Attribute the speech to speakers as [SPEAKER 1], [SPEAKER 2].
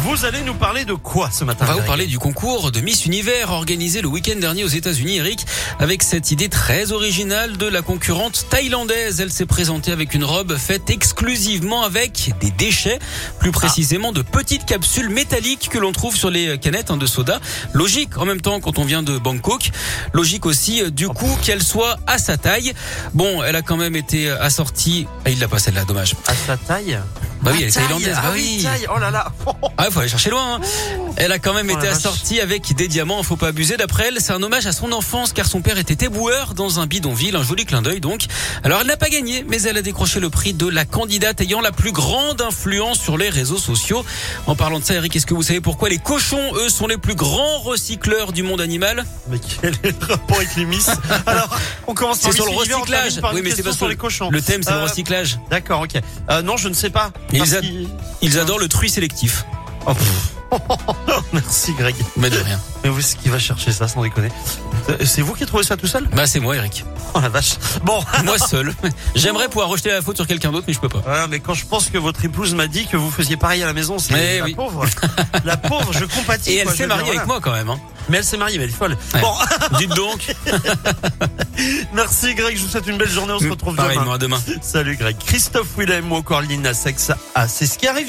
[SPEAKER 1] Vous allez nous parler de quoi ce matin
[SPEAKER 2] On va vous
[SPEAKER 1] Greg
[SPEAKER 2] parler du concours de Miss Univers organisé le week-end dernier aux États-Unis, Eric, avec cette idée très originale de la concurrente thaïlandaise. Elle s'est présentée avec une robe faite exclusivement avec des déchets, plus
[SPEAKER 1] Ah.
[SPEAKER 2] précisément de petites capsules métalliques que l'on trouve sur les canettes hein, de soda. Logique en même temps quand on vient de Bangkok. Logique aussi euh, du coup qu'elle soit à sa taille. Bon, elle a quand même été assortie. Ah, il l'a pas celle-là, dommage.
[SPEAKER 1] À sa taille Ah,
[SPEAKER 2] Bah oui, elle est
[SPEAKER 1] taille
[SPEAKER 2] thaïlandaise.
[SPEAKER 1] Ah
[SPEAKER 2] Bah
[SPEAKER 1] oui,
[SPEAKER 2] oui.
[SPEAKER 1] taille Oh là là
[SPEAKER 2] Ah, faut aller chercher loin. hein. Elle a quand même
[SPEAKER 1] Oh la
[SPEAKER 2] été
[SPEAKER 1] vache.
[SPEAKER 2] assortie avec des diamants, faut pas abuser. D'après elle, c'est un hommage à son enfance car son père était éboueur dans un bidonville, un joli clin d'œil donc. Alors elle n'a pas gagné, mais elle a décroché le prix de la candidate ayant la plus grande influence sur les réseaux sociaux. En parlant de ça, Eric, est-ce que vous savez pourquoi les cochons, eux, sont les plus grands recycleurs du monde animal
[SPEAKER 1] Mais quel est le rapport avec les Miss Alors, on commence par
[SPEAKER 2] C'est sur
[SPEAKER 1] Miss
[SPEAKER 2] le
[SPEAKER 1] Univers, on termine
[SPEAKER 2] recyclage.
[SPEAKER 1] par une
[SPEAKER 2] Oui, mais c'est
[SPEAKER 1] question
[SPEAKER 2] parce
[SPEAKER 1] sur
[SPEAKER 2] que
[SPEAKER 1] les cochons.
[SPEAKER 2] Le thème, c'est
[SPEAKER 1] Euh,
[SPEAKER 2] le recyclage.
[SPEAKER 1] D'accord, ok. Euh, non, je ne sais pas.
[SPEAKER 2] Ils
[SPEAKER 1] Parce
[SPEAKER 2] a-
[SPEAKER 1] qu'il-
[SPEAKER 2] Ils adorent le truie sélectif.
[SPEAKER 1] Oh, pff. Merci Greg.
[SPEAKER 2] Mais de rien.
[SPEAKER 1] Mais vous, c'est qui va chercher ça, sans déconner Euh, C'est vous qui trouvez ça tout seul
[SPEAKER 2] Bah c'est moi, Eric.
[SPEAKER 1] Oh la vache Bon
[SPEAKER 2] Moi seul. J'aimerais pouvoir rejeter la faute sur quelqu'un d'autre, mais je peux pas.
[SPEAKER 1] Voilà, mais quand je pense que votre épouse m'a dit que vous faisiez pareil à la maison, c'est
[SPEAKER 2] Eh
[SPEAKER 1] la
[SPEAKER 2] oui.
[SPEAKER 1] pauvre. La pauvre, je compatis.
[SPEAKER 2] Et elle
[SPEAKER 1] quoi, je
[SPEAKER 2] s'est
[SPEAKER 1] veux
[SPEAKER 2] mariée
[SPEAKER 1] dire,
[SPEAKER 2] avec
[SPEAKER 1] voilà.
[SPEAKER 2] moi quand même. Hein.
[SPEAKER 1] Mais elle s'est mariée, mais elle est folle.
[SPEAKER 2] Ouais.
[SPEAKER 1] Bon,
[SPEAKER 2] Dites donc.
[SPEAKER 1] merci Greg, je vous souhaite une belle journée, on se retrouve
[SPEAKER 2] Mm. Pareil,
[SPEAKER 1] demain.
[SPEAKER 2] moi, à demain.
[SPEAKER 1] Salut Greg. Christophe Willem ou encore Lina Sex. Ah, c'est ce qui arrive.